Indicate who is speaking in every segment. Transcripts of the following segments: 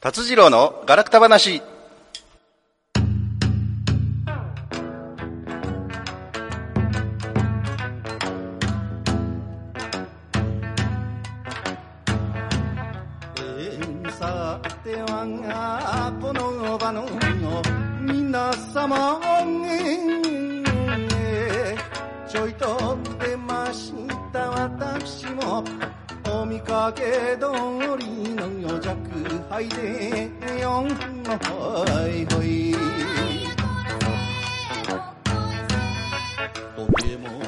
Speaker 1: 達次郎のガラクタ話。
Speaker 2: さてはこの場の皆様ちょいと出ました私もお見かけ通りの弱敗で四のほいほい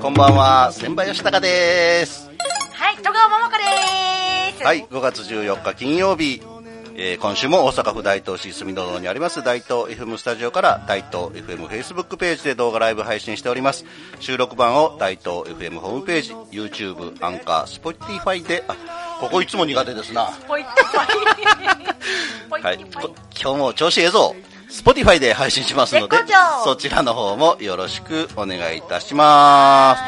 Speaker 1: こんばんは、千葉義孝です。
Speaker 3: はい、戸川桃子です。
Speaker 1: はい、5月14日金曜日。えー今週も大阪府大東市住の堂にあります大東 FM スタジオから大東 FM フェイスブックページで動画ライブ配信しております収録版を大東 FM ホームページ YouTube アンカー Spotify であここいつも苦手ですな
Speaker 3: ポイッポイ。ポ
Speaker 1: は
Speaker 3: イ
Speaker 1: い、
Speaker 3: ッ
Speaker 1: こ
Speaker 3: ポイ。
Speaker 1: 今日も調子ええぞ Spotify で配信しますので
Speaker 3: 絶好調
Speaker 1: そちらの方もよろしくお願いいたします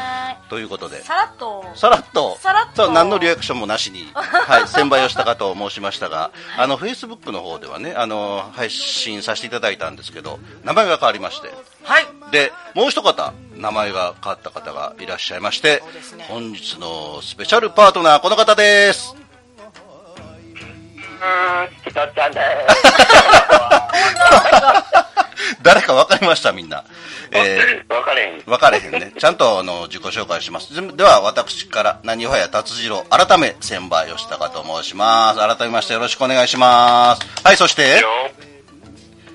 Speaker 1: ということで
Speaker 3: さらっと。
Speaker 1: さらっと
Speaker 3: さらっと
Speaker 1: そう何のリアクションもなし に、はい、千葉吉高と申しましたが、あの、フェイスブックの方ではね、あの、配信させていただいたんですけど、名前が変わりまして、
Speaker 3: はい。
Speaker 1: で、もう一方、名前が変わった方がいらっしゃいまして
Speaker 3: そうですね、
Speaker 1: 本日のスペシャルパートナー、この方です。
Speaker 4: キトちゃんです。
Speaker 1: 誰か分かりました、みんな。えー
Speaker 4: わかれへん。
Speaker 1: 分かれへんね。ちゃんとあの自己紹介します。全部では、私から、何はや達次郎、改め、千葉義高と申します。改めましてよろしくお願いします。はい、そして、
Speaker 4: よ。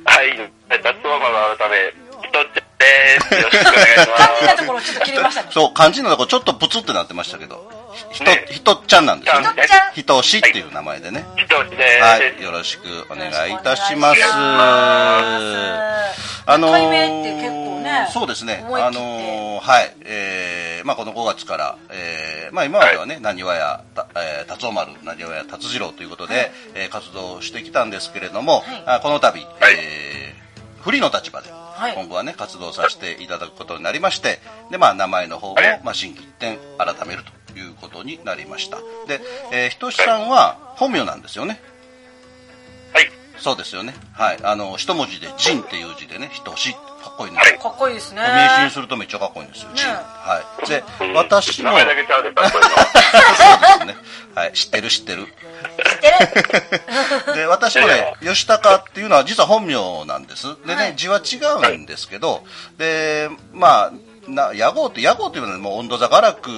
Speaker 4: はい、脱毛ママ改め、キトちゃんです。よろしくお願いし
Speaker 3: 感じた
Speaker 4: ます。
Speaker 3: ところちょっと切れましたね。
Speaker 1: そう、漢字のとこちょっとプツってなってましたけど、ひひと
Speaker 4: ね、
Speaker 1: ひとっちゃんなんですよね
Speaker 4: ひと
Speaker 3: っちゃ。ん
Speaker 1: ひとしっていう名前でね。
Speaker 4: キトち
Speaker 1: はい、
Speaker 4: で
Speaker 1: よろしくお願いいたします。
Speaker 3: あの回目って結構ね。
Speaker 1: そうですね。
Speaker 3: 思い切
Speaker 1: あ
Speaker 3: って
Speaker 1: のーはい、えー、まあこの5月から、えー、まあ今まではね、なにわや、たえー、達尾丸、なにわや達次郎ということで、えー活動してきたんですけれども、
Speaker 3: はい
Speaker 1: あこの度、
Speaker 4: い
Speaker 1: えー、フリーの立場で、
Speaker 3: はい
Speaker 1: 今後はね、活動させていただくことになりまして、で、まあ名前の方を
Speaker 4: はい、
Speaker 1: まあ新規一点改めるということになりました。で、えー、ひとしさんは本名なんですよね。
Speaker 4: はい。
Speaker 1: そうですよね。はい。あの、一文字で、ジンっていう字でね、ひとし、かっこいいね。
Speaker 4: はい
Speaker 3: かっこいいですね。
Speaker 1: 名刺にするとめっちゃかっこいいんですよ、ジン。
Speaker 3: ね
Speaker 1: はい。で、私も、
Speaker 4: 名前だけちゃうで、かっこいいの。
Speaker 1: そうですね。はい、知ってる知ってる。で、私もね、吉高っていうのは実は本名なんです。で
Speaker 3: は
Speaker 1: ね
Speaker 3: い、
Speaker 1: 字は違うんですけど、で、まあ、な野号って、野号っていうのはもう温度座ガラク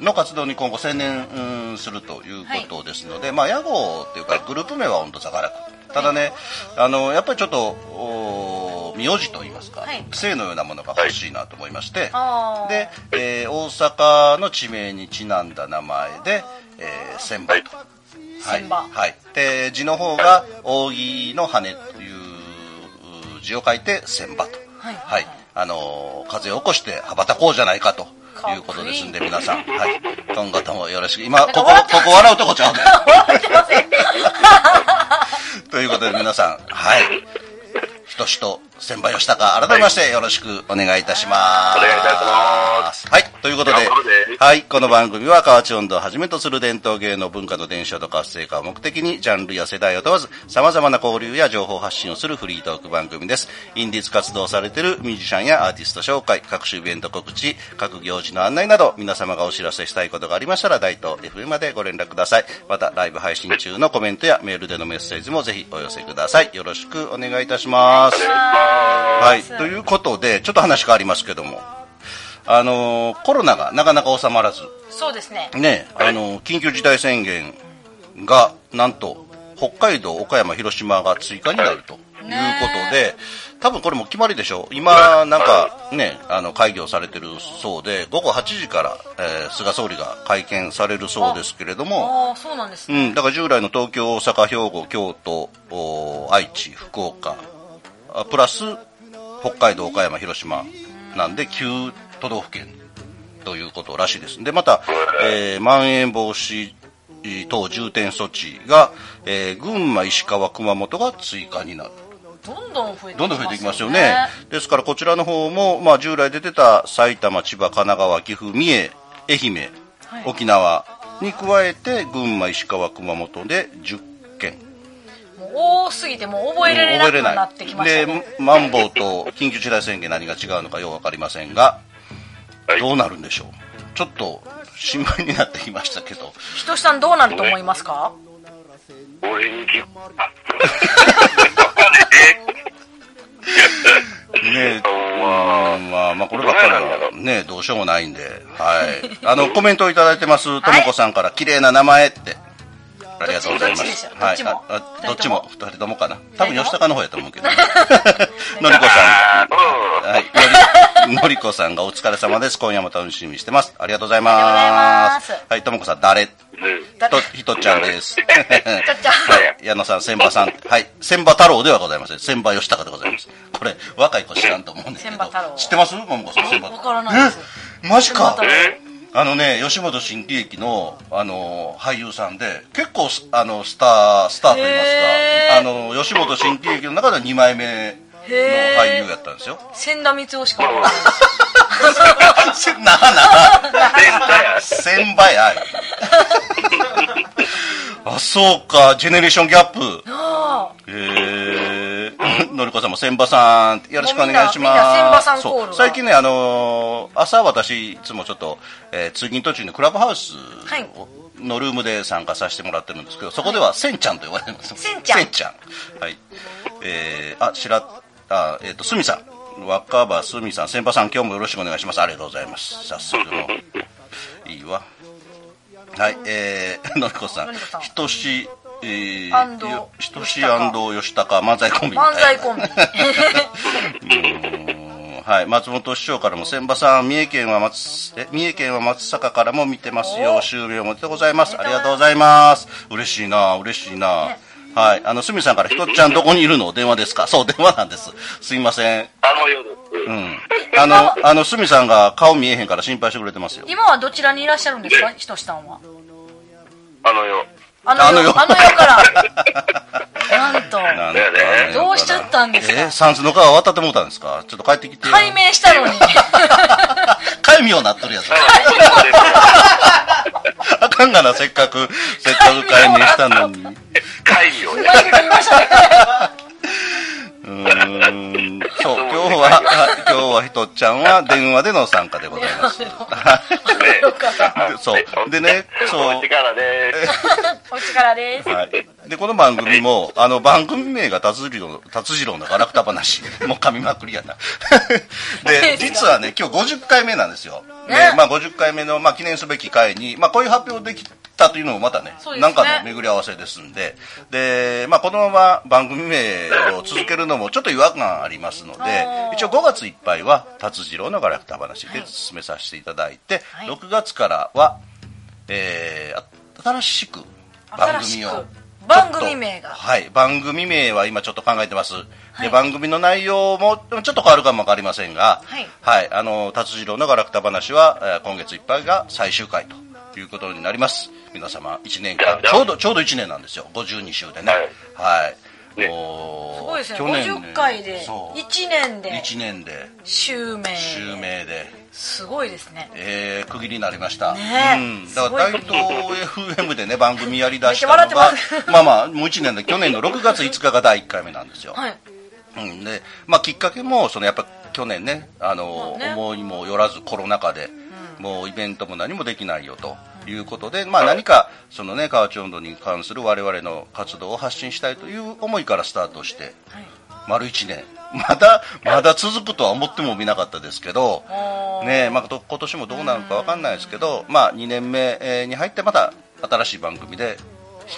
Speaker 1: の活動に今後専念、うんするということですので、まあ野号っていうかグループ名は温度座ガラク。ただね、あの、やっぱりちょっと、お名字といいますか
Speaker 3: はい、
Speaker 1: 姓のようなものが欲しいなと思いまして、
Speaker 3: あー
Speaker 1: で、えー大阪の地名にちなんだ名前で、えー、千葉と。はい。
Speaker 3: 千葉
Speaker 1: はい。で、字の方が、扇の羽というう字を書いて、千葉と。
Speaker 3: はい
Speaker 1: あのー風を起こして羽ばたこうじゃないかと。
Speaker 3: かっこいい
Speaker 1: いうことですんで、皆 さん。はい。今後ともよろしく。今、ここ、こ
Speaker 3: 笑って
Speaker 1: こ笑うとこちゃうね。
Speaker 3: 笑ってません。
Speaker 1: ということで、皆さん。はい。ひとしと、千葉吉高、改めまして、よろしくお願いいたします。。
Speaker 4: お願いいたします
Speaker 1: はい。ということで
Speaker 4: 頑張る、で
Speaker 1: はい、この番組は河内音頭をはじめとする伝統芸能文化の伝承と活性化を目的に、ジャンルや世代を問わず、様々な交流や情報発信をするフリートーク番組です。インディーズ活動されているミュージシャンやアーティスト紹介、各種イベント告知、各行事の案内など、皆様がお知らせしたいことがありましたら、大東 FM までご連絡ください。また、ライブ配信中のコメントやメールでのメッセージもぜひお寄せください。よろしくお願いいたします。はい。ということで、ちょっと話変わりますけども、あのーコロナがなかなか収まらず、
Speaker 3: そうですね。
Speaker 1: ね、あの緊急事態宣言がなんと北海道、岡山、広島が追加になるということで、
Speaker 3: ね
Speaker 1: 多分これも決まりでしょう、今、なんかね、あの会議をされてるそうで、午後8時から、えー菅総理が会見されるそうですけれども、
Speaker 3: ああ、そうなんです
Speaker 1: う
Speaker 3: ね。
Speaker 1: ん、だから従来の東京、大阪、兵庫、京都、お愛知、福岡、あプラス北海道、岡山、広島なんで9都道府県ということらしいです。で、また、えーまん延防止等重点措置が、えー群馬、石川、熊本が追加になる。
Speaker 3: どんどん増えてきますよね。
Speaker 1: どんどん増えていきますよね。ですからこちらの方も、まあ従来出てた埼玉、千葉、神奈川、岐阜、三重、愛媛、
Speaker 3: はい
Speaker 1: 沖縄に加えて群馬、石川、熊本で10県。
Speaker 3: もう多すぎてもう覚えられなくなってきましたね
Speaker 1: で、マンボウと緊急事態宣言何が違うのかようわかりませんが、
Speaker 4: はい
Speaker 1: どうなるんでしょう。ちょっと心配になってきましたけど、
Speaker 3: ひとしさんどうなると思いますか
Speaker 4: 俺に聞くか。
Speaker 1: ねえ、
Speaker 4: まあ
Speaker 1: うんまあまあこればっかり
Speaker 4: どうなんだ
Speaker 1: は
Speaker 4: ろ
Speaker 1: ねどうしようもないんで、はい。あ の、コメントをいただいてます、ともこさんから、綺麗な名前って。ありがとうございま
Speaker 3: どっちでし
Speaker 1: す。
Speaker 3: ょう
Speaker 1: は
Speaker 3: どっち
Speaker 1: い。
Speaker 3: も
Speaker 1: ああどっちも、二人ともかな。多
Speaker 3: 人とも
Speaker 1: 分、吉高の方やと思うけど。 のりこさ
Speaker 4: あー
Speaker 1: ん。はい。のりのりこさんがお疲れ様です。今夜も楽しみにしてます。ありがとうございま
Speaker 3: ありがとうございますす。
Speaker 1: はい、ともこさん、誰
Speaker 4: うん。うん
Speaker 1: ひと、ひとちゃん です。
Speaker 3: ちゃっちゃ
Speaker 1: はい、矢野さん、千葉さん。はい、千葉太郎ではございません。千葉義高でございます。これ、若い子知らんと思うんですけど。
Speaker 3: 千葉太郎
Speaker 1: 知ってますももこさん、千葉
Speaker 3: わからないです
Speaker 1: えマジか
Speaker 3: 千葉太郎
Speaker 4: え
Speaker 1: あのね、吉本新喜劇の、あの、俳優さんで、結構ス、あの、スター、スターと言い
Speaker 3: へー
Speaker 1: ますか、あの、吉本新喜劇の中では2枚目の俳
Speaker 3: へー
Speaker 1: 優やったんですよ。
Speaker 3: 千田光雄しかわからないです
Speaker 1: せなあなあ
Speaker 4: 全体や。
Speaker 1: 千倍愛。 あ、そうか、ジェネレーションギャップ。
Speaker 3: あ
Speaker 1: えー、のりこさんも千葉さん、よろしくお願いし
Speaker 3: もうみんなみんな
Speaker 1: ます。
Speaker 3: 千葉さんコール
Speaker 1: そう
Speaker 3: が
Speaker 1: 最近ね、あのー朝私、いつもちょっと、えー通勤途中にクラブハウス
Speaker 3: はい
Speaker 1: のルームで参加させてもらってるんですけど、そこではせんちゃんと呼ばれてます。
Speaker 3: せんちゃん
Speaker 1: せんちゃん。はい。えー、あ、しら、あ、えっ、と、すみさん。若葉すみさん、千葉さん、今日もよろしくお願いします。ありがとうございます。早速の。いいわ。はい、えー、 のりこさん
Speaker 3: のりこさ、ん
Speaker 1: ひとし、えー、
Speaker 3: アンド
Speaker 1: よひとし
Speaker 3: 吉高
Speaker 1: 吉高漫才コンビみたい
Speaker 3: 漫
Speaker 1: な
Speaker 3: 才コン ビ
Speaker 1: はい、松本市長からも千葉さん、三重県は松、え、三重県は松阪からも見てますよ。
Speaker 3: お
Speaker 1: 終了おめでとうございます。あ
Speaker 3: お
Speaker 1: り
Speaker 3: めでと
Speaker 1: が
Speaker 3: う
Speaker 1: とうございます。嬉しいな、嬉しいな。
Speaker 3: ね
Speaker 1: はい、あの、すみさんから、ひとっちゃんどこにいるの電話ですかそう、電話なんです。すいません。
Speaker 4: あの夜。う。
Speaker 1: うんん。あの、あの、すみさんが顔見えへんから心配してくれてますよ。
Speaker 3: 今はどちらにいらっしゃるんですかひとしさんは
Speaker 4: あの夜。
Speaker 3: あの世
Speaker 1: あ
Speaker 3: あ
Speaker 1: の
Speaker 3: の
Speaker 1: 世
Speaker 3: 世 からなんと
Speaker 1: なん
Speaker 4: だよね
Speaker 1: なん
Speaker 3: どうしちゃったんですか
Speaker 1: えー、サンズの川渡ってもうたんですかちょっと帰ってきてよ。
Speaker 3: 解明したのに
Speaker 1: 海名なっとるやつ。 あかんがな、せっかく、せっかく解明したの に。
Speaker 4: 会議をね。
Speaker 3: 解明しましたね
Speaker 1: うーん。そう、今日は、はい今日はひとっちゃんは電話での参加でございます。 はい そう。でね、そう
Speaker 4: お。力で
Speaker 3: お力です
Speaker 1: はい。で、この番組も、あの、番組名が達次郎、達次郎のガラクタ話。 もう噛みまくり やな。で、実はね、今日50回目なんですよ。で
Speaker 3: ね、
Speaker 1: まあ50回目の、まあ記念すべき回に、まあこういう発表できたというのもまたね、
Speaker 3: そうです
Speaker 1: なん
Speaker 3: ね
Speaker 1: かの巡り合わせですんで、で、まあこのまま番組名を続けるのもちょっと違和感ありますので
Speaker 3: あ、ー
Speaker 1: 一応5月いっぱいは達次郎のガラクタ話で進めさせていただいて、
Speaker 3: はい
Speaker 1: 6月からは、えー、新しく番
Speaker 3: 新し
Speaker 1: 組
Speaker 3: く
Speaker 1: を
Speaker 3: 番組名が
Speaker 1: はい番組名は今ちょっと考えてます、
Speaker 3: は
Speaker 1: で
Speaker 3: い
Speaker 1: 番組の内容もちょっと変わるかも分かりませんが
Speaker 3: はい
Speaker 1: あの達次郎のガラクタ話は、えー今月いっぱいが最終回ということになります皆様1年間ちょうどちょうど1年なんですよ52週でねはい、
Speaker 4: ね
Speaker 1: もう
Speaker 3: すごいですね
Speaker 1: ね
Speaker 3: 50回で
Speaker 1: そう
Speaker 3: 1年で
Speaker 1: 1年で
Speaker 3: 襲名
Speaker 1: 襲名で、
Speaker 3: すごいですね
Speaker 1: えー、区切りになりました、
Speaker 3: ねえ
Speaker 1: うん、だから大東 FM でね番組やりだしたの
Speaker 3: めっちゃ
Speaker 1: が
Speaker 3: 笑ってます
Speaker 1: まあまあもう1年で去年の6月5日が第1回目なんですよ、
Speaker 3: はい
Speaker 1: うん、で、まあ、きっかけもそのやっぱ去年ねあの
Speaker 3: まあね
Speaker 1: 思いもよらずコロナ禍で、もうイベントも何もできないよということで、まあ、何かそのね河内温度に関する我々の活動を発信したいという思いからスタートして
Speaker 3: はい
Speaker 1: 丸1年まだまだ続くとは思ってもみなかったですけど、
Speaker 3: おー
Speaker 1: ねえまあ、ど今年もどうなるかわかんないですけど、まあ、2年目えーに入ってまた新しい番組で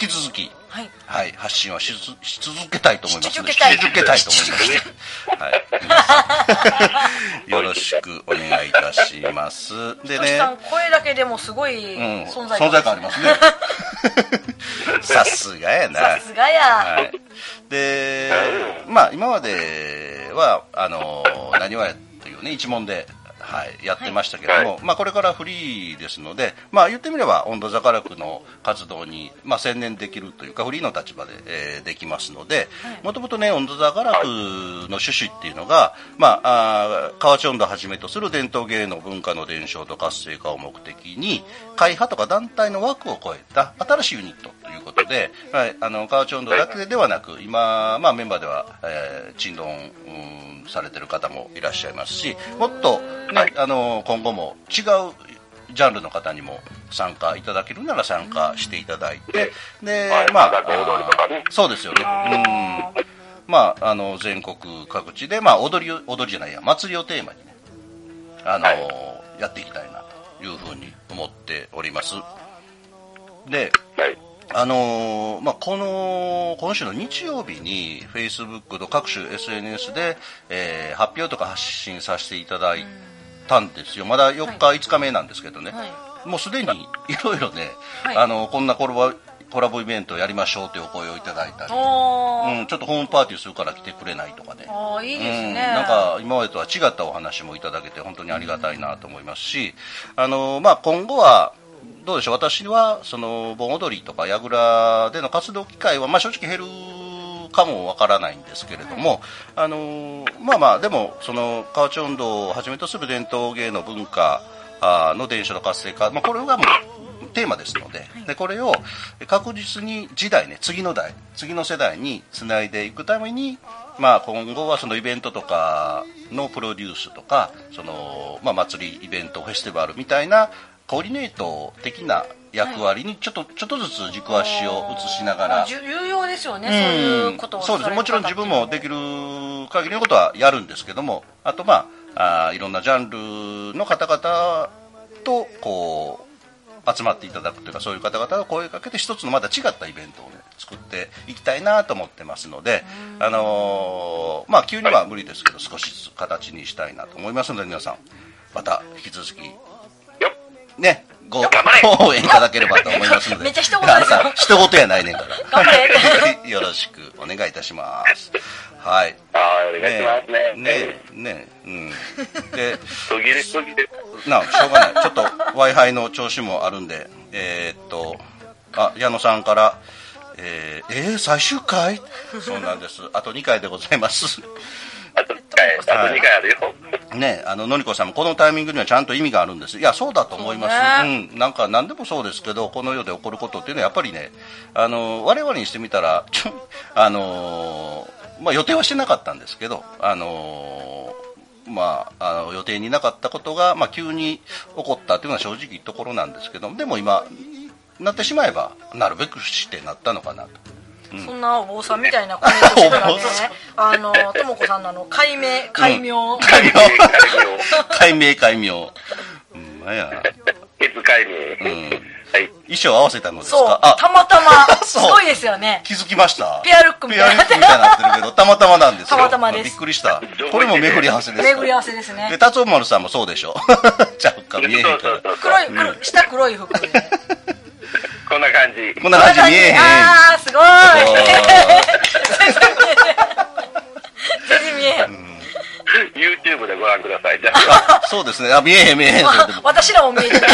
Speaker 1: 引き続き、
Speaker 3: はい
Speaker 1: はい、発信はしつし続けたいと思いますので
Speaker 3: し続けたい
Speaker 1: し続けたいと思いますね。はい皆 さん、よろしくお願いいたします。で
Speaker 3: トシ
Speaker 1: ね
Speaker 3: さん、声だけでもすごい
Speaker 1: うん、
Speaker 3: 存
Speaker 1: 存
Speaker 3: 在
Speaker 1: 在
Speaker 3: 感,、
Speaker 1: 感あり ますね。さすがやな。
Speaker 3: さすがや、
Speaker 1: はい、で、まあ、今まではあの何はというね一問ではい、やってましたけども、まあ、これからフリーですので、まあ、言ってみれば、温度宝区の活動に、まあ、専念できるというか、フリーの立場で、えーできますので、もともとね、温度宝区の趣旨っていうのが、まあ、あー河内温度をはじめとする伝統芸能文化の伝承と活性化を目的に、会派とか団体の枠を超えた新しいユニットということで、はい、あの、河内温度だけではなく、今、まあ、メンバーでは、えー、鎮論、うんされてる方もいらっしゃいますしもっと、ね
Speaker 4: はい
Speaker 1: あの今後も違うジャンルの方にも参加いただけるなら参加していただいて、で、
Speaker 4: はい
Speaker 1: まあ、
Speaker 4: なんか踊りとかね
Speaker 1: あーそうですよね。うん。まあ、あの、全国各地で、まあ、踊りを、踊りじゃないや、祭りをテーマにね、あの、
Speaker 4: は
Speaker 1: やっていきたいな、というふうに思っております。で、
Speaker 4: はい。
Speaker 1: あのーまあ、この、今週の日曜日に、Facebook と各種 SNS で、えー発表とか発信させていただいたんですよ。まだ4日、
Speaker 3: は
Speaker 1: 5日目なんですけどね。
Speaker 3: はい
Speaker 1: もうすでに、いろいろね、
Speaker 3: はい
Speaker 1: あの、こんなコラボ、コラボイベントやりましょうというお声をいただいたり、
Speaker 3: おー
Speaker 1: うん、ちょっとホームパーティーするから来てくれないとかね。
Speaker 3: あーいいですね、
Speaker 1: うん、なんか今までとは違ったお話もいただけて本当にありがたいなと思いますし、あのまあ、今後はどうでしょう私はその盆踊りとか櫓での活動機会は、まあ、正直減るかもわからないんですけれども、あのまあまあでもその河内音頭をはじめとする伝統芸能文化あーの伝承の活性化、まあ、これがもうテーマですのででこれを確実に次代ね次の代次の世代につないでいくために、まあ、今後はそのイベントとかのプロデュースとかその、まあ、祭りイベントフェスティバルみたいなコーディネート的な役割にちょっと,、ちょっとずつ軸足を移しながら
Speaker 3: まあ重要ですよね、
Speaker 1: ん
Speaker 3: そういうことを
Speaker 1: そうですもちろん自分もできる限りのことはやるんですけどもあとまああーいろんなジャンルの方々とこう集まっていただくというかそういう方々が声をかけて一つのまた違ったイベントを、ね、作っていきたいなと思ってますので、あのーまあ、急には無理ですけど少しずつ形にしたいなと思いますので皆さんまた引き続き
Speaker 4: よっ。
Speaker 1: ね、ご
Speaker 4: 頑張
Speaker 1: 応援いただければと思いますので。
Speaker 3: めっちゃ一言ですよ
Speaker 1: なんか一言やないねんから。
Speaker 3: 頑張れ
Speaker 1: よろしくお願いいたします。はい。
Speaker 4: あーお願いしますね。
Speaker 1: ねえ、ねえ、うん。で、
Speaker 4: 途切れ途切れ。
Speaker 1: なあ、しょうがない。ちょっと Wi-Fi の調子もあるんで、えーっと、あ、矢野さんから、えー、えー最終回そうなんです。あと2回でございます。
Speaker 4: あと1回、あと2回あるよ。
Speaker 1: ね、あの、のりこさんもこのタイミングにはちゃんと意味があるんです。いや、そうだと思います。
Speaker 3: そう
Speaker 1: う
Speaker 3: ね
Speaker 1: ん。なんか何でもそうですけど、この世で起こることっていうのはやっぱりね、あの、我々にしてみたら、 ちょ、あのーまあ予定はしてなかったんですけど、あのーまあ、あの予定になかったことが、まあ、急に起こったというのは正直ところなんですけどでも今、なってしまえばなるべくしてなったのか なと
Speaker 3: そんなお坊さんみたいなコメントし てたらねあのともこさんのあの解明解明、
Speaker 1: 解明
Speaker 4: 解明
Speaker 1: 解明解明、うん、なんや
Speaker 4: 気遣いに。
Speaker 1: ん
Speaker 4: はい。
Speaker 1: 衣装合わせたのです
Speaker 3: そう
Speaker 1: かあ
Speaker 3: たまたま
Speaker 1: そ
Speaker 3: す
Speaker 1: う
Speaker 3: ごいですよね
Speaker 1: 気づきました
Speaker 3: ペアルックみたいに
Speaker 1: ペアルックみ
Speaker 3: な
Speaker 1: たいになってるけど、たまたまなんですよ。
Speaker 3: たまたまです
Speaker 1: びっくりした。これも巡り合わせですから。
Speaker 3: 巡り合わせですね
Speaker 1: で、達夫丸さんもそうでしょ。 ちゃうか、見えへん
Speaker 4: そう
Speaker 1: か
Speaker 4: そう
Speaker 1: ら。
Speaker 4: そうそう。
Speaker 3: 黒い黒下黒い服で
Speaker 4: こんな感じ。
Speaker 1: こんな感じ見えへん。
Speaker 3: ああすごい全然見えへん
Speaker 4: YouTube でご覧ください。じゃあ。
Speaker 1: あそうですね。あ、見えへん、見え へん。それでも
Speaker 3: 私らも見えてない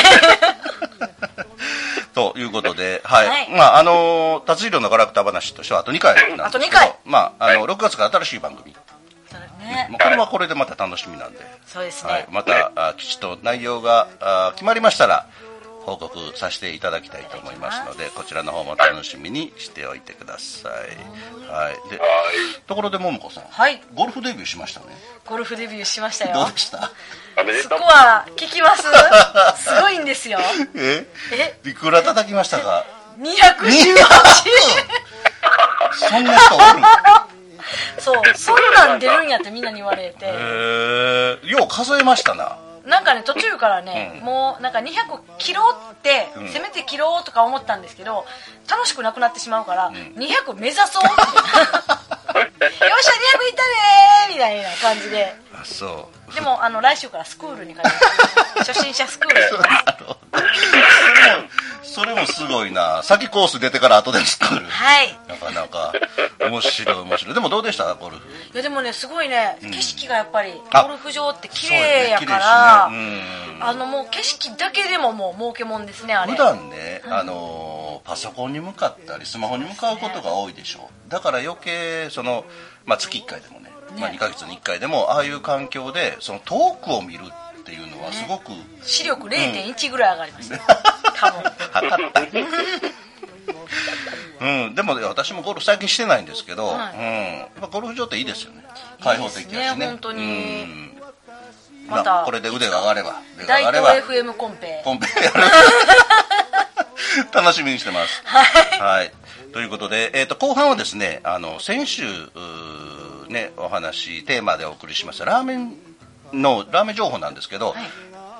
Speaker 1: ということで、はい。
Speaker 3: はい
Speaker 1: まあ、あのー、達弘のガラクタ話としてはあと2回なんですけど。
Speaker 3: あと二回
Speaker 1: まあ、あの、
Speaker 4: は
Speaker 1: 6月から新しい番組。
Speaker 3: そうだね
Speaker 1: まあこれはこれでまた楽しみなんで。
Speaker 3: そうですね、
Speaker 1: はい。また、あ基地と内容があ決まりましたら、報告させていただきたいと思いますので、こちらの方も楽しみにしておいてください。はい。で、
Speaker 4: はい。
Speaker 1: ところで、ももこさん。
Speaker 3: はい
Speaker 1: ゴルフデビューしましたね。
Speaker 3: ゴルフデビューしました
Speaker 1: ど
Speaker 3: よ
Speaker 1: うでした
Speaker 4: おめで
Speaker 3: ス
Speaker 4: と
Speaker 3: コ
Speaker 4: う。
Speaker 3: ア聞きますすごいんですよ
Speaker 1: え
Speaker 3: え
Speaker 1: いくら叩きましたか
Speaker 3: 218
Speaker 1: そんな人 おる
Speaker 3: そう、そんなん出るんやってみんなに言われて、
Speaker 1: へえー、よう数えましたな。
Speaker 3: なんかね、途中からね、
Speaker 1: うん
Speaker 3: もうなんか200切ろうって、
Speaker 1: うん
Speaker 3: せめて切ろうとか思ったんですけど、楽しくなくなってしまうから、200目指 そうって。よっしゃ、200いったねーみたいな感じで。
Speaker 1: あ、そ
Speaker 3: でも、あの、来週からスクールに通う。初心者スクールに
Speaker 1: う。なるほど。それもすごいな。先コース出てから後で作る。
Speaker 3: はい。い
Speaker 1: なかなか、面白い面白い。でもどうでしたゴルフ。
Speaker 3: やでもね、すごいね、景色がやっぱり、
Speaker 1: あ
Speaker 3: ゴルフ場って綺
Speaker 1: そうや
Speaker 3: 麗
Speaker 1: ね
Speaker 3: やか
Speaker 1: 綺麗
Speaker 3: ら、
Speaker 1: やしねうん
Speaker 3: あのもう景色だけでももう儲けもんですね、あれ。
Speaker 1: 普段ね、あのーパソコンに向かったりスマホに向かうことが多いでしょうだから余計その、まあ、月1回でもねまあ、2ヶ月に1回でもああいう環境でその遠くを見るっていうのはすごく、
Speaker 3: 視力0.1ぐらい上がりました。多分。
Speaker 1: 測 ったうん、でもね私もゴルフ最近してないんですけど、
Speaker 3: はい
Speaker 1: うん、やっぱゴルフ場っていいですよね開放的やしね
Speaker 3: いいですね本当に
Speaker 1: うん
Speaker 3: また
Speaker 1: まあ、これで腕が上がれば腕が上
Speaker 3: 大
Speaker 1: がれ
Speaker 3: 東
Speaker 1: ば
Speaker 3: FM コンペ。
Speaker 1: コンペやる 楽しみにしてます
Speaker 3: はい。
Speaker 1: はい。ということで、えっ、と、後半はですね、あの、先週、うーね、お話、テーマでお送りしました、ラーメンの、ラーメン情報なんですけど、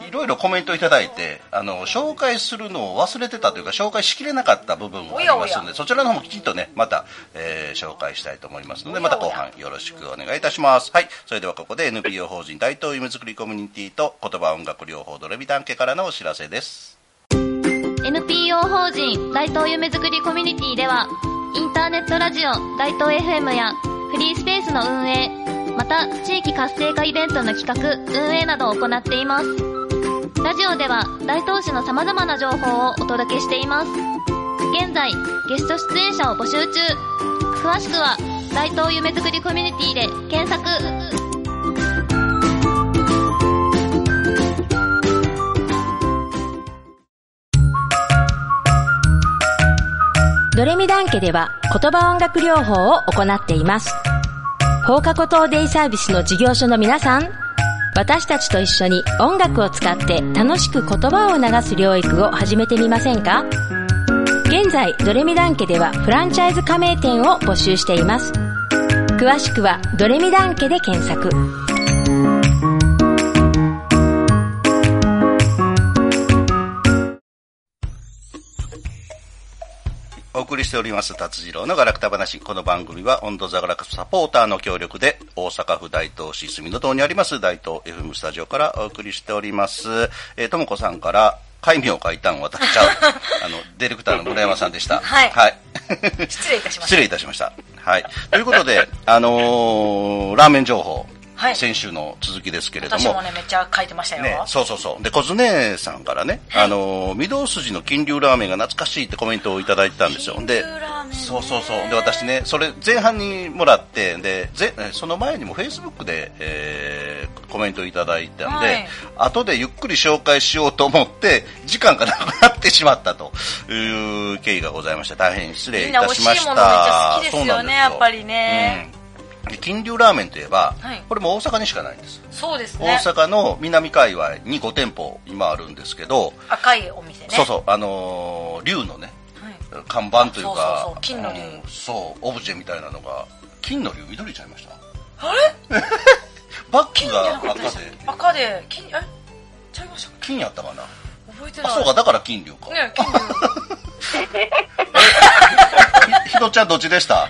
Speaker 1: い、ろいろコメントいただいて、あの、紹介するのを忘れてたというか、紹介しきれなかった部分がありますの
Speaker 3: おやお
Speaker 1: で、
Speaker 3: や
Speaker 1: そちらの方もきちんとね、また、えー紹介したいと思いますので、
Speaker 3: お
Speaker 1: ま
Speaker 3: やお
Speaker 1: た
Speaker 3: や
Speaker 1: 後半よろしくお願いいたします。はい。それではここで NPO 法人大東夢作りコミュニティと言葉音楽療法ドレミ団家からのお知らせです。
Speaker 5: NPO 法人大東夢作りコミュニティではインターネットラジオ大東 FM やフリースペースの運営また地域活性化イベントの企画運営などを行っていますラジオでは大東市の様々な情報をお届けしています現在ゲスト出演者を募集中詳しくは大東夢作りコミュニティで検索
Speaker 6: ドレミダン家では言葉音楽療法を行っています。放課後等デイサービスの事業所の皆さん、私たちと一緒に音楽を使って楽しく言葉を流す療育を始めてみませんか現在、ドレミダン家ではフランチャイズ加盟店を募集しています。詳しくはドレミダン家で検索。
Speaker 1: お送りしております、達次郎のガラクタ話。この番組は、温度ザガラクタサポーターの協力で、大阪府大東市住の堂にあります、大東 FM スタジオからお送りしております。えーともこさんから、海名を書いたん渡っちゃう。 あの、ディレクターの村山さんでした。
Speaker 3: はい
Speaker 1: はい。
Speaker 3: 失礼いたしました
Speaker 1: 失礼いたしました。はい。ということで、あのーラーメン情報。
Speaker 3: はい
Speaker 1: 先週の続きですけれど
Speaker 3: 私もね、めっちゃ書いてましたよ。
Speaker 1: ね、そうそうそう。で、小津姉さんからね、あのー、御堂筋の金龍ラーメンが懐かしいってコメントをいただいてたんですよ。で
Speaker 3: 金龍ラーメン、ね
Speaker 1: そうそうそう。で、私ね、それ前半にもらって、で、ぜその前にも Facebook で、えーコメントいただいたんで、
Speaker 3: はい
Speaker 1: 後でゆっくり紹介しようと思って、時間がなくなってしまったという経緯がございました。大変失礼い
Speaker 3: みんな
Speaker 1: た
Speaker 3: 美味
Speaker 1: し
Speaker 3: しい
Speaker 1: ました。
Speaker 3: ものめっちゃ好きですよね
Speaker 1: そうなん
Speaker 3: やっぱりね。
Speaker 1: うんで金龍ラーメンといえば、
Speaker 3: はい
Speaker 1: これも大阪にしかないんです。
Speaker 3: そうです
Speaker 1: 大
Speaker 3: ね。
Speaker 1: 阪の南界隈に5店舗今あるんですけど、
Speaker 3: 赤いお店ね。
Speaker 1: そうそうあのー龍のね
Speaker 3: はい
Speaker 1: 看板というか
Speaker 3: そうそうそう金の龍
Speaker 1: んそうオブジェみたいなのが金の龍緑ちゃいました
Speaker 3: あれ
Speaker 1: バッグ
Speaker 3: じゃ
Speaker 1: が
Speaker 3: なかっ
Speaker 1: 赤
Speaker 3: た
Speaker 1: で
Speaker 3: でした赤で、金、えちゃいましたっ
Speaker 1: 金やったかな
Speaker 3: け覚えてな
Speaker 1: あ
Speaker 3: い。
Speaker 1: そうかだから金龍か、
Speaker 3: ね、金龍。
Speaker 1: ひひどちゃんどっちでした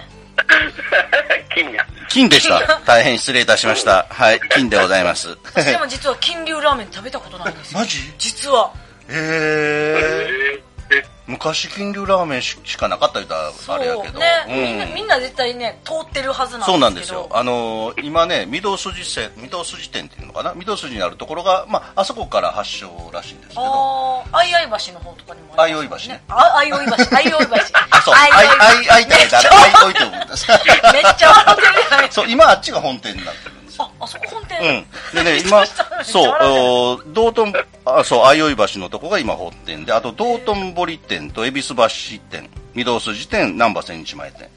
Speaker 4: 金や。
Speaker 1: 金でした大変失礼いたしましたはい金でございます
Speaker 3: 私でも実は金龍ラーメン食べたことないんです よ
Speaker 1: マジ
Speaker 3: 実は
Speaker 1: えー
Speaker 4: えーえ
Speaker 1: 昔金龍ラーメンししかなかった言うた
Speaker 3: そ
Speaker 1: らあ
Speaker 3: う
Speaker 1: れ
Speaker 3: ね
Speaker 1: やけど、
Speaker 3: みんなみんな絶対ね通ってるはずなんですけど
Speaker 1: そうなんですよ。あのー今ね、御堂筋線、御堂筋店っていうのかな御堂筋にあるところが、まあ、あそこから発祥らしいんですけど、
Speaker 3: ああ、あいあい橋の方とかにもります
Speaker 1: 相
Speaker 3: よ
Speaker 1: 生
Speaker 3: あ、あいおい橋、あいおい橋。
Speaker 1: あ、そう、あい、あい、あいって書いてあれ、あい、おいって思うんです。
Speaker 3: めっちゃ笑ってるじゃないです
Speaker 1: そう、今あっちが本店になってるんですよ。
Speaker 3: か。あ、あそこ本
Speaker 1: う
Speaker 3: 店。
Speaker 1: ん。でね、 今、そう、
Speaker 3: う。
Speaker 1: おー道頓、あ、そう、あいおい橋のとこが今本店で、あと道頓堀店と恵比寿橋店、御堂筋店、南波千日前店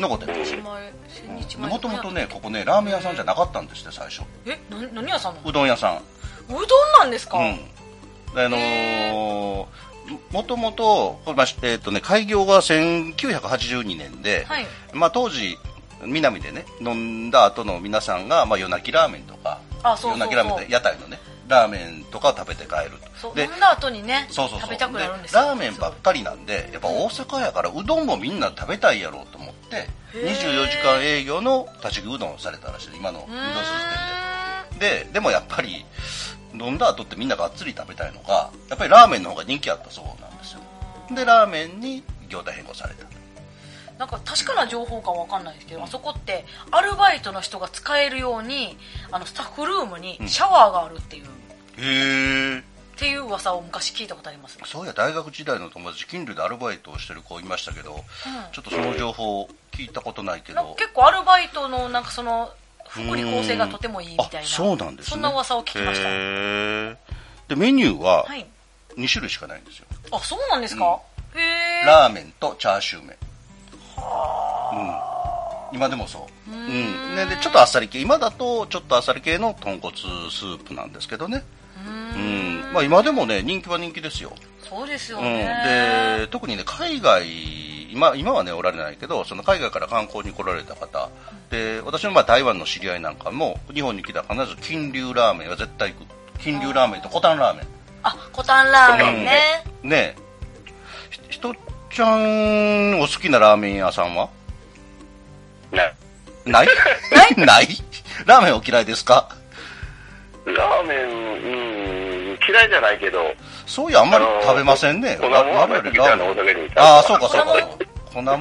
Speaker 1: の5店舗ですよ。もともとね、ここね、ラーメン屋さんじゃなかったんですって、最初。
Speaker 3: え、な何屋さんなの
Speaker 1: うどん屋さん。
Speaker 3: うどんなんですか
Speaker 1: うん、あのーもともと、これまあえっとね、開業が1982年で、
Speaker 3: はい
Speaker 1: まあ、当時、南でね、飲んだ後の皆さんが、まあ、夜泣きラーメンとか、
Speaker 3: あそうそ
Speaker 1: 夜
Speaker 3: うそう
Speaker 1: 泣きラーメンって屋台のね、ラーメンとかを食べて帰る
Speaker 3: そ
Speaker 1: と。
Speaker 3: う、
Speaker 1: で
Speaker 3: 飲んだ後にね、
Speaker 1: そうそうそう
Speaker 3: 食べたくなるんですよ
Speaker 1: ラーメンばっかりなんでやっぱ大阪やからうどんもみんな食べたいやろうと思って
Speaker 3: へー
Speaker 1: 24時間営業の立ち食いうどんをされたらしい今の
Speaker 3: う
Speaker 1: 二
Speaker 3: ー
Speaker 1: 度
Speaker 3: ん
Speaker 1: 筋店でででもやっぱり飲んだ後ってみんながっつり食べたいのがやっぱりラーメンの方が人気あったそうなんですよでラーメンに業態変更された
Speaker 3: なんか確かな情報かわかんないですけど、あそこってアルバイトの人が使えるようにあのスタッフルームにシャワーがあるっていう、っ
Speaker 1: へえ
Speaker 3: ていう噂を昔聞いたことあります、
Speaker 1: そういや大学時代の友達金龍でアルバイトをしてる子いましたけど、ちょっとその情報聞いたことないけ
Speaker 3: なんか
Speaker 1: ど
Speaker 3: 結構アルバイトのなんかその福利厚生がとてもいいみたいな
Speaker 1: あそうなんですね
Speaker 3: そんな噂を聞きました
Speaker 1: へえでメニューは
Speaker 3: はい
Speaker 1: 2種類しかないんですよ、
Speaker 3: あそうなんですか、へえ
Speaker 1: ラーメンとチャーシュー麺うん、今でもそううん、ね、でちょっとあっさり系今だとちょっとあっさり系の豚骨スープなんですけどねうんまあ、今でもね人気は人気ですよ、
Speaker 3: そうですよ
Speaker 1: うん、
Speaker 3: ね、
Speaker 1: で特にね海外今今はねおられないけどその海外から観光に来られた方で私のまあ台湾の知り合いなんかも日本に来たら必ず金龍ラーメンは絶対行く金龍ラーメンとコタンラーメン
Speaker 3: あコタンラーメンね、
Speaker 1: ねえひひとっちゃんお好きなラーメン屋さんは
Speaker 4: な
Speaker 1: ない ないラーメンお嫌いですか
Speaker 4: ラーメン、うん、嫌いじゃないけど、
Speaker 1: そういやあんまり食べませんね
Speaker 4: 粉もんはあんまり
Speaker 1: 我
Speaker 4: 好きじゃ
Speaker 1: 々
Speaker 4: ないお酒に。
Speaker 1: ああそうかそうか粉もん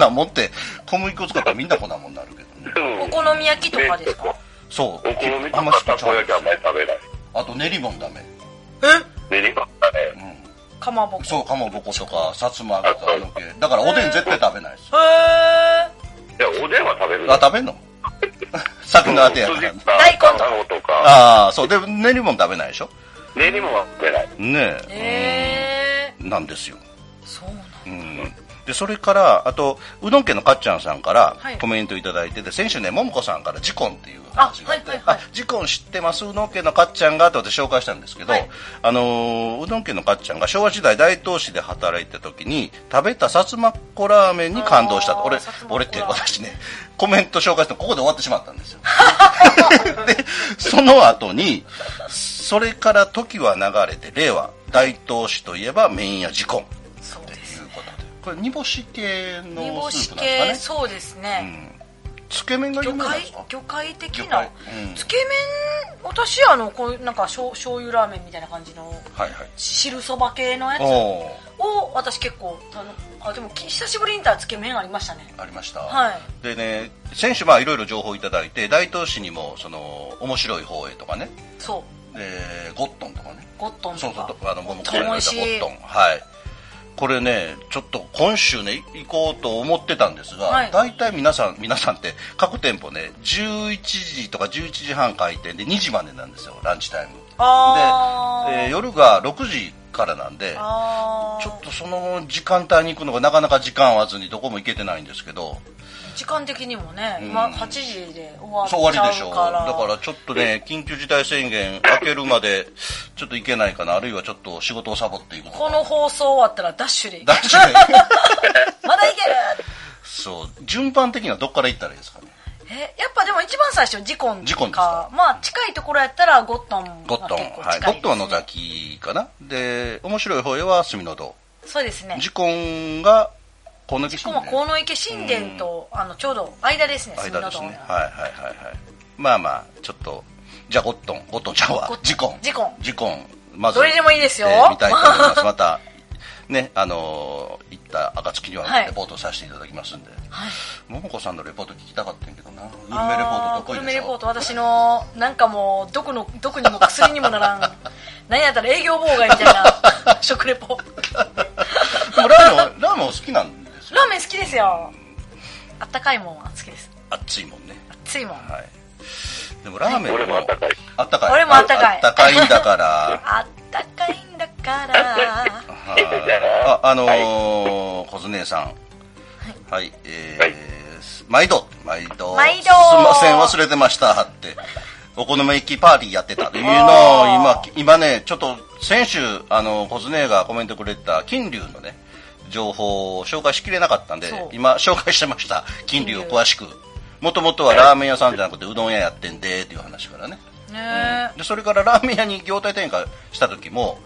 Speaker 1: 粉もんって小麦粉使ったらみんな粉もんになるけどね
Speaker 4: うん。
Speaker 3: お好み焼きとかですか
Speaker 1: そう
Speaker 4: お好みと
Speaker 1: あんま
Speaker 4: か
Speaker 1: 好
Speaker 4: た
Speaker 1: きちゃ
Speaker 4: こ
Speaker 1: う
Speaker 4: 焼きあんまり食べない。
Speaker 1: あと練りもんダメ
Speaker 4: 練りばっかね。
Speaker 3: かまぼこ
Speaker 1: そうかまぼことかさつま揚げとかあの系だからおでん絶対食べないです
Speaker 3: へえ
Speaker 4: いや、おでんは食べる
Speaker 1: あ食べんの 魚当てやか
Speaker 4: からら
Speaker 1: ね。
Speaker 3: 大根とか
Speaker 4: 卵とか、
Speaker 1: ああそうで練りもん食べないでしょ
Speaker 4: 練りもんは食べない。
Speaker 1: ねえ
Speaker 3: へえ
Speaker 1: なんですよ、
Speaker 3: そうなんだ
Speaker 1: うん、でそれからあとうどん家のかっちゃんさんから
Speaker 3: はい
Speaker 1: コメントいただいてて先週ねももこさんから「ジコン」っていう話があって
Speaker 3: あはいはいはい
Speaker 1: ジコン知ってますうどん家のかっちゃんが」って私紹介したんですけど、
Speaker 3: はい
Speaker 1: あのーうどん家のかっちゃんが昭和時代大東市で働いた時に食べたさつまっこラーメンに感動したと
Speaker 3: あー
Speaker 1: 俺
Speaker 3: さつまっこ
Speaker 1: 俺って
Speaker 3: ラーメン
Speaker 1: 私ねコメント紹介したのここで終わってしまったん ですよでその後にそれから時は流れて令和大東市といえば麺屋ジコン
Speaker 3: そうで
Speaker 1: と
Speaker 3: す
Speaker 1: いうことでこれ煮干し系
Speaker 3: 煮
Speaker 1: の
Speaker 3: 干
Speaker 1: ス
Speaker 3: し
Speaker 1: ープなん
Speaker 3: 系
Speaker 1: ですかね
Speaker 3: そうですね、
Speaker 1: つけ麺が有
Speaker 3: 魚
Speaker 1: 名なん
Speaker 3: 介
Speaker 1: ですか
Speaker 3: 魚介的
Speaker 1: 魚
Speaker 3: な
Speaker 1: 介うん
Speaker 3: つけ麺私あのこういうなんかしょう醤油ラーメンみたいな感じの
Speaker 1: はいはい
Speaker 3: 汁そば系のやつを
Speaker 1: お
Speaker 3: 私結構頼むあでもき久しぶりに見たらつけ麺ありましたね
Speaker 1: ーありました、
Speaker 3: はい
Speaker 1: でね選手まあいろいろ情報いただいて大東市にもその面白い方へとかね
Speaker 3: そう
Speaker 1: でゴットンとかね
Speaker 3: ゴットンと
Speaker 1: そう
Speaker 3: か
Speaker 1: そうあの僕もこ
Speaker 3: ゴットン美
Speaker 1: の
Speaker 3: 味し
Speaker 1: 間ゴッ
Speaker 3: い
Speaker 1: トンはいこれねちょっと今週ね行こうと思ってたんですが、
Speaker 3: はい
Speaker 1: 大体皆さん皆さんって各店舗ね11時とか11時半開店で2時までなんですよランチタイム
Speaker 3: あ
Speaker 1: で、えー
Speaker 3: ー
Speaker 1: 夜が6時からなんで
Speaker 3: あー
Speaker 1: ちょっとその時間帯に行くのがなかなか時間合わずにどこも行けてないんですけど
Speaker 3: 時間的にもね、
Speaker 1: ん
Speaker 3: 今8時で終わっち
Speaker 1: そ
Speaker 3: ゃ
Speaker 1: う
Speaker 3: う
Speaker 1: 終わりでしょうだ
Speaker 3: から
Speaker 1: からちょっとね緊急事態宣言明けるまでちょっと行けないかなあるいはちょっと仕事をサボっていくとか
Speaker 3: この放送終わったらダッシュで行
Speaker 1: 大丈夫
Speaker 3: くまだいける
Speaker 1: そう順番的にはどっから行ったらいいですかね
Speaker 3: えやっぱでも一番最初事故
Speaker 1: 事故です
Speaker 3: か
Speaker 1: か
Speaker 3: まあ近いところやったらゴットンが
Speaker 1: ゴットン、
Speaker 3: 結構
Speaker 1: はい、
Speaker 3: 近
Speaker 1: ゴッ
Speaker 3: い
Speaker 1: トンは野崎かなで面白い方へは隅の堂
Speaker 3: そうですね
Speaker 1: ジコンがこの
Speaker 3: 事故は鴻池神殿と、あのちょうど間ですね
Speaker 1: 間ですね
Speaker 3: 隅の
Speaker 1: はいはいはいはいまあまあちょっとじゃあゴットンゴットンちゃうわ
Speaker 3: ゴットン
Speaker 1: ジコン
Speaker 3: ジコン
Speaker 1: ジコンまず
Speaker 3: どれでもいいですよ
Speaker 1: 見たいと思います またねあのー行った暁には
Speaker 3: はい
Speaker 1: レポートさせていただきますんで、
Speaker 3: はい
Speaker 1: 桃子さんのレポート聞きたかったんやけどなグルメレポー
Speaker 3: あ
Speaker 1: ト
Speaker 3: ーグ
Speaker 1: 得
Speaker 3: ル
Speaker 1: 意
Speaker 3: メ
Speaker 1: でしょ
Speaker 3: レポート私のなんかもう毒の 毒にも薬にもならん何やったら営業妨害みたいな食レ ポ
Speaker 1: でもラーメンラーメンお好きなんですよ
Speaker 3: ラーメン好きですよあったかいもんは好きです
Speaker 1: 熱いもんね
Speaker 3: 熱いもん
Speaker 1: はいでもラーメン
Speaker 4: 俺もあったかい。
Speaker 1: あったかい
Speaker 3: 俺もあったかい
Speaker 1: あったかいんだから
Speaker 3: あったかいんだ から
Speaker 1: はいああのー、小津姉さんはい、えー
Speaker 4: はい
Speaker 1: 毎度毎度
Speaker 3: 毎度
Speaker 1: すいません忘れてましたってお好み焼きパーティーやってたっていうのを今今ねちょっと先週あの小津姉がコメントくれた金龍のね情報を紹介しきれなかったんで
Speaker 3: そう
Speaker 1: 今紹介してました金龍を詳しくもともとはラーメン屋さんじゃなくてうどん屋やってんでっていう話からね
Speaker 3: ねえ
Speaker 1: でそれからラーメン屋に業態転換した時も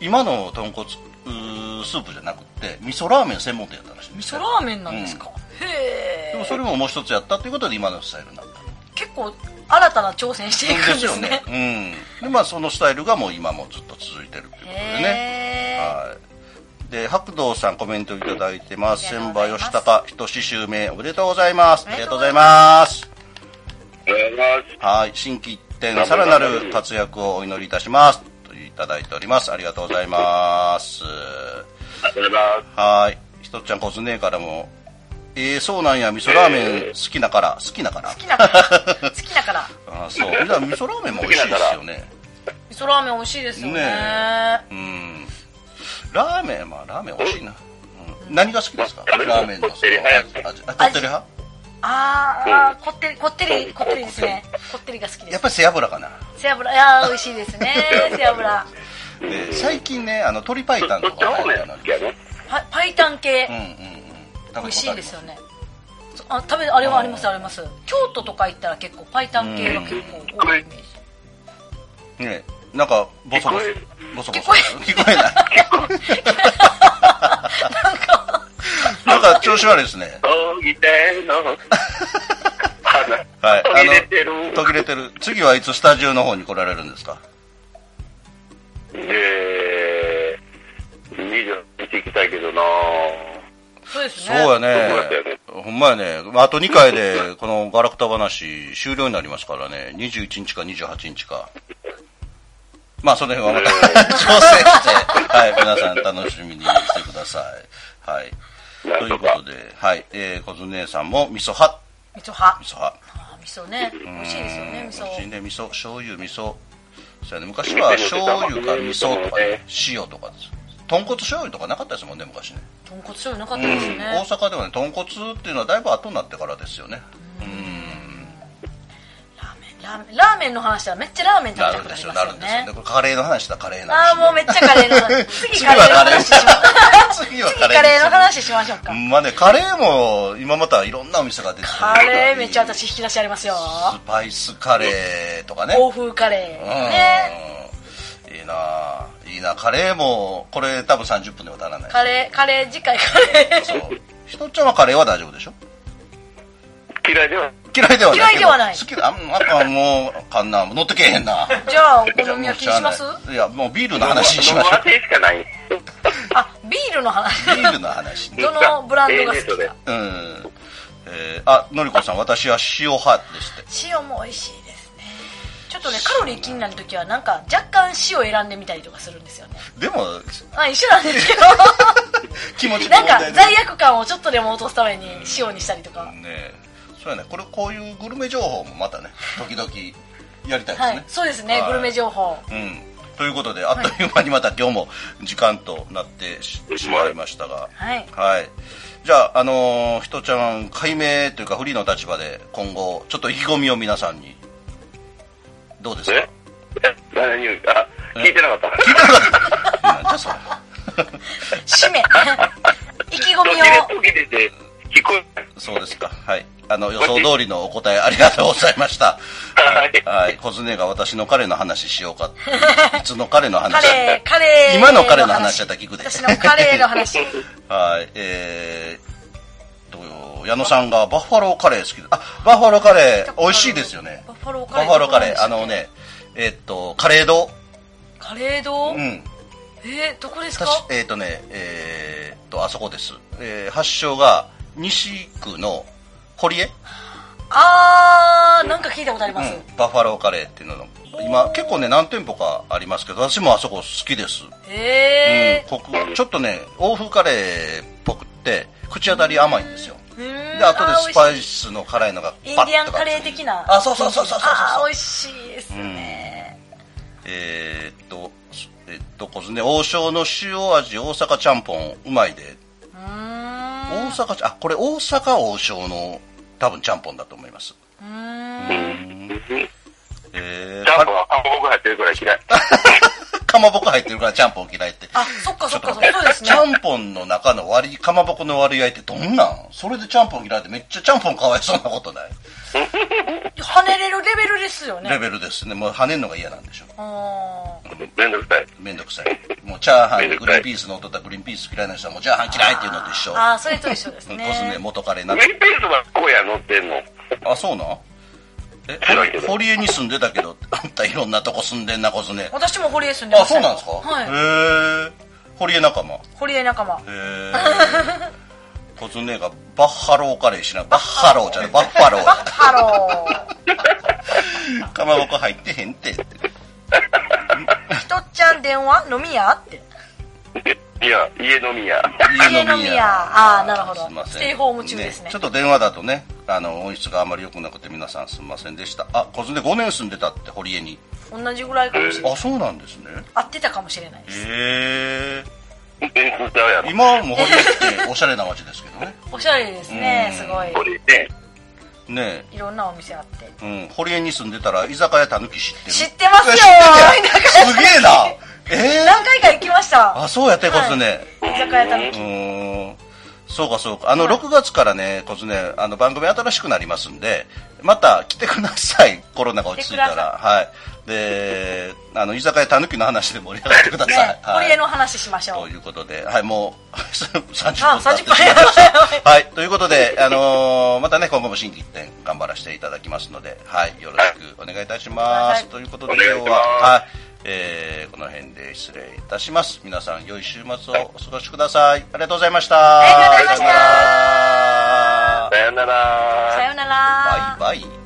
Speaker 1: 今の豚骨うースープじゃなくて味噌ラーメン専門店やったらしい
Speaker 3: 味噌ラーメンなんですか、へ
Speaker 1: でも
Speaker 3: え
Speaker 1: それももう一つやったということで今のスタイルになった
Speaker 3: 結構新たな挑戦していくんですね
Speaker 1: うんでまあそのスタイルがもう今もずっと続いてるっていうことでね
Speaker 3: へえ
Speaker 1: はいで、白道さんコメントいただいてます。
Speaker 3: ありが
Speaker 1: 千
Speaker 3: とうござ
Speaker 1: 葉
Speaker 3: います
Speaker 1: 義孝、一詩襲名おめでとうございます。
Speaker 3: お
Speaker 1: あ
Speaker 3: め
Speaker 1: り
Speaker 3: で
Speaker 1: がとう
Speaker 3: と
Speaker 1: ご
Speaker 3: うご
Speaker 1: ざ
Speaker 3: ざ
Speaker 1: い
Speaker 3: い
Speaker 1: ます。
Speaker 4: お願いします。
Speaker 1: はい、新規一点、さらなる活躍をお祈りいたします。といただいております。ありがとうございます。
Speaker 4: ありがとうございま
Speaker 1: はい、ひとっちゃんこずねえからも、えー、そうなんや、味噌ラーメン好きだから、好きだから。
Speaker 3: 好き だから。好きだから。
Speaker 1: あーそう。みんな味噌ラーメンも美味しいですよね。
Speaker 3: 味噌ラーメン美味しいですよね。
Speaker 1: ねうん。ラーメン、まあラーメン美味しいな。うん、何が好きですかラーメンのその味。味あ、とってる派
Speaker 3: あー、こってり、こってり、こってりですね。こってりが好きで
Speaker 1: やっ
Speaker 3: す。
Speaker 1: ぱり背脂かな。
Speaker 3: 背脂、いやー、美味しいで すね。背脂。
Speaker 1: で、最近ね、あの、鶏白湯
Speaker 4: す。ど
Speaker 1: と
Speaker 4: っち
Speaker 1: か
Speaker 4: の方
Speaker 1: 入
Speaker 4: 面
Speaker 1: る
Speaker 4: 好きやね。
Speaker 3: パパイタン系
Speaker 1: うん、うんうん。
Speaker 3: 美味しいですよね。あ、食べ、あれはあります、あります。京都とか行ったら結構、パイタン系が結構多いイメージ。
Speaker 1: ねなんか、ボソボソ
Speaker 4: 聞こえる。
Speaker 1: ボソボソ。聞こえない。 なんか、調子悪いですね。
Speaker 4: おぎての。
Speaker 1: はい。
Speaker 4: 途切れてる
Speaker 1: あの、途切れてる。次はいつスタジオの方に来られるんですか
Speaker 4: えー、21行きたいけどな
Speaker 3: そうです
Speaker 1: そ
Speaker 3: ね。
Speaker 1: うや
Speaker 4: そうだ
Speaker 1: ね
Speaker 4: よ。
Speaker 1: ほんまやね。まああと2回で、このガラクタ話終了になりますからね。21日か28日か。まあ、その辺はまた調整して、はい、皆さん楽しみにしてください。はい。
Speaker 4: な
Speaker 1: と
Speaker 4: ん
Speaker 1: いう
Speaker 4: と
Speaker 1: こと
Speaker 4: か。
Speaker 1: で、はい。えー、小津姉さんも味噌派。
Speaker 3: 味噌派
Speaker 1: 味。噌派。
Speaker 3: あー味噌ね。美味しいですよね、味
Speaker 1: 美味しい
Speaker 3: 噌。
Speaker 1: ね。味噌、醤油、味噌。そうやね。昔は醤油か味噌とかね、塩とかです。豚骨醤油とかなかったですもんね、昔ね。
Speaker 3: 豚骨醤油なかったです
Speaker 1: 大
Speaker 3: ね。
Speaker 1: 阪ではね、豚骨っていうのはだいぶ後になってからですよね。
Speaker 3: ラーメン、ラーメン、ラーメンの話はめっちゃラーメン食べ
Speaker 1: な
Speaker 3: た
Speaker 1: るん
Speaker 3: く
Speaker 1: で
Speaker 3: な
Speaker 1: す
Speaker 3: り
Speaker 1: よ、
Speaker 3: ま
Speaker 1: なるん
Speaker 3: す
Speaker 1: ですよ
Speaker 3: よ
Speaker 1: ね。
Speaker 3: ね。
Speaker 1: これカレーの話だ、カレーの
Speaker 3: あ
Speaker 1: 話。
Speaker 3: ー、もうめっちゃカレーの 話。次カレーの話しましょう。
Speaker 1: 次は
Speaker 3: 次
Speaker 1: カ
Speaker 3: カ
Speaker 1: レー。
Speaker 3: レーの話しましょうか。
Speaker 1: まあね、カレーも、今またいろんなお店が出てきて
Speaker 3: カレーめっちゃ私。引き出しありますよ。
Speaker 1: スパイスカレーとかね。
Speaker 3: 欧風カレー。ね。
Speaker 1: うん。いいなあいいなカレーも、これ多分30分では足らない。
Speaker 3: カレー、カレー、次回カレ
Speaker 1: そ
Speaker 3: ー。
Speaker 1: う。ひとっちゃんはカレーは大丈夫でしょ
Speaker 4: 嫌いでは。
Speaker 1: 嫌いではないけど。
Speaker 3: 嫌いではない
Speaker 1: 好きだ。あんなんかもう、かんな、乗ってけえへんな。
Speaker 3: じゃあ、お好み焼きにします
Speaker 1: もうしゃあないいや、もうビールの話にしましょ
Speaker 4: も
Speaker 1: う
Speaker 4: う。汗しかない。
Speaker 3: あ、ビールの話。
Speaker 1: ビールの話ね。
Speaker 3: どのブランドが好き
Speaker 4: え
Speaker 3: か。
Speaker 1: うん。えーあ、のりこさん、私は塩派ですって。
Speaker 3: 塩も美味しいですね。ちょっとね、カロリー気になるときは、なんか、若干塩選んでみたりとかするんですよね。
Speaker 1: でも、
Speaker 3: あ、一緒なんですけ ど。
Speaker 1: 気持ちの
Speaker 3: な
Speaker 1: 問題
Speaker 3: んか、
Speaker 1: で。ね
Speaker 3: 罪悪感をちょっとでも落とすために塩にしたりとか。
Speaker 1: えそうやね。これ、こういうグルメ情報もまたね、時々やりたいですね。
Speaker 3: はい、そうですね、
Speaker 1: はい
Speaker 3: グルメ情報。
Speaker 1: うん。ということで、あっという間にまた今日も時間となってししまいましたが。
Speaker 3: はい。
Speaker 1: はい。じゃあ、あのーひとちゃん、解明というか、フリーの立場で、今後、ちょっと意気込みを皆さんに。どうですか
Speaker 4: え何言うあ、聞いてなかった。
Speaker 1: 聞いてなかった。なんじゃそれ。
Speaker 3: 締め。意気込みを。
Speaker 4: 途切れ途切れて聞こえない。
Speaker 1: そうですか。はい。あの、予想通りのお答えありがとうございました。
Speaker 4: はい
Speaker 1: はい。小常が私の彼の話しよ うか。いつの彼の
Speaker 3: カ
Speaker 1: 話
Speaker 3: レー、カレー。
Speaker 1: 今の彼の話だったら聞くで。
Speaker 3: 私のカレーの話。
Speaker 1: はい。えー、どうよ矢野さんがバッファローカレー好きだ。あ、バッファローカレー美味しいですよね。
Speaker 3: バッファローカ
Speaker 1: バ
Speaker 3: レ
Speaker 1: ッ
Speaker 3: ー。
Speaker 1: ファローカレー、あの。ね、えっと、カレー堂。
Speaker 3: カレー堂
Speaker 1: うん。
Speaker 3: えー、どこです
Speaker 1: た
Speaker 3: か
Speaker 1: しえっとね、えーっと、あそこです。えー発祥が西区の堀江
Speaker 3: あー、なんか聞いたことあります。
Speaker 1: うん、バッファローカレーっていうのの今結構ね何店舗かありますけど私もあそこ好きです、
Speaker 3: え
Speaker 1: うん、コクちょっとね欧風カレーっぽくって口当たり甘いんですよ
Speaker 3: ー。うーん
Speaker 1: で後でスパ
Speaker 3: あー美味し
Speaker 1: イスの辛いのが
Speaker 3: いインデ
Speaker 1: パッと
Speaker 3: ィアンカレー的な。
Speaker 1: あそうそうそうそうそうそう
Speaker 3: あー、美味しいですね。
Speaker 1: えーっとえっとこずね王将の塩味大阪ちゃんぽんうまいで
Speaker 3: うーん。
Speaker 1: 大阪ちゃんあこれ大阪王将の多分ちゃんぽんだと思います
Speaker 3: うーん
Speaker 1: え
Speaker 4: ちゃんぽん
Speaker 1: ー
Speaker 4: は韓国入ってるくらい嫌い。
Speaker 1: かかまぼこ入ってるからちゃんぽん嫌いって
Speaker 3: あ、そっかそっか、そうです ね
Speaker 1: ち。ゃんぽんの中の割り、かまぼこの割合ってどんなんそれでちゃんぽん嫌いってめっちゃちゃんぽんかわいそうなことない
Speaker 3: 跳ねれるレベルですよね。
Speaker 1: レベルですね。もう跳ねるのが嫌なんでしょ。
Speaker 3: うーん
Speaker 4: めんどくさい。
Speaker 1: めんどくさい。もうチャーハンにグリーンピースの音だグリーンピース嫌いな人はもうチャーハン嫌いっていうのと一緒。
Speaker 3: あー、それと一緒です
Speaker 1: うん
Speaker 3: ね。
Speaker 1: コスメ元カレな
Speaker 4: メインペースはここや乗ってんの。
Speaker 1: あ、そうなんえ
Speaker 4: 知らんけ、ど
Speaker 1: 堀江に住んでたけ ど、あんたいろんなとこ住んでんな、コスネ。
Speaker 3: 私も堀江住んで
Speaker 1: あ、
Speaker 3: ました
Speaker 1: そう
Speaker 3: よ
Speaker 1: なんですか
Speaker 3: はい。
Speaker 1: へえ。堀江仲間へ
Speaker 3: 堀江仲間
Speaker 1: え コツネがバッハローカレーしなバッハローじゃないバッファロー
Speaker 3: バッハロ
Speaker 1: だかまぼこ入ってへんってって
Speaker 3: ーひとっちゃん電話飲み屋って
Speaker 4: いや、家飲み屋。
Speaker 3: 家飲みやあーなるほど
Speaker 1: すいません
Speaker 3: ステイホーム中ですね
Speaker 1: ちょっと電話だとねあの音質があまり良くなくて皆さんすみませんでしたあコツネ5年住んでたって堀江に
Speaker 3: 同じぐらいかもしれない
Speaker 1: あそうなんですね
Speaker 3: 合ってたかもしれないです
Speaker 1: へえ
Speaker 4: 全然ちゃうやろ。
Speaker 1: 今も堀江っておしゃれな街ですけどね
Speaker 3: おしゃれですね
Speaker 1: うん
Speaker 3: すごい
Speaker 4: これね。
Speaker 1: ね
Speaker 3: いろんなお店あって
Speaker 1: え、うん、堀江に住んでたら居酒屋たぬき知ってる
Speaker 3: 知ってますよ
Speaker 1: 知って
Speaker 3: 田
Speaker 1: る
Speaker 3: 舎
Speaker 1: やんすげえ なええ
Speaker 3: 何回か行きました
Speaker 1: あそうやってコツネ、
Speaker 3: 居酒屋たぬ
Speaker 1: う
Speaker 3: き
Speaker 1: ーんそうかそうか。あの、6月からね、こずね、あの、番組新しくなりますんで、また来てください。コロナが落ち着いた
Speaker 3: 来てくだ
Speaker 1: ら。はい。で、あの、居酒屋たぬきの話で盛り上がってください。
Speaker 3: ね
Speaker 1: はい
Speaker 3: 堀江の話しましょ
Speaker 1: と
Speaker 3: う
Speaker 1: いうことで、はい、もう 30分経ってしま
Speaker 3: あ
Speaker 1: いました
Speaker 3: 30分やばいやばい
Speaker 1: はい、ということで、あのーまたね、今後も新規一点頑張らせていただきますので、はい、よろしくお願いいたします。
Speaker 3: はい
Speaker 1: ということで、
Speaker 4: お願いし
Speaker 1: 今
Speaker 4: ます
Speaker 1: 日は、はい、えー、この辺で失礼いたします。皆さん、良い週末をお過ごしください。ありがとうございました。
Speaker 3: ありがとうございました
Speaker 1: さようなら
Speaker 4: さよなら
Speaker 3: さよなら
Speaker 1: バイバイ。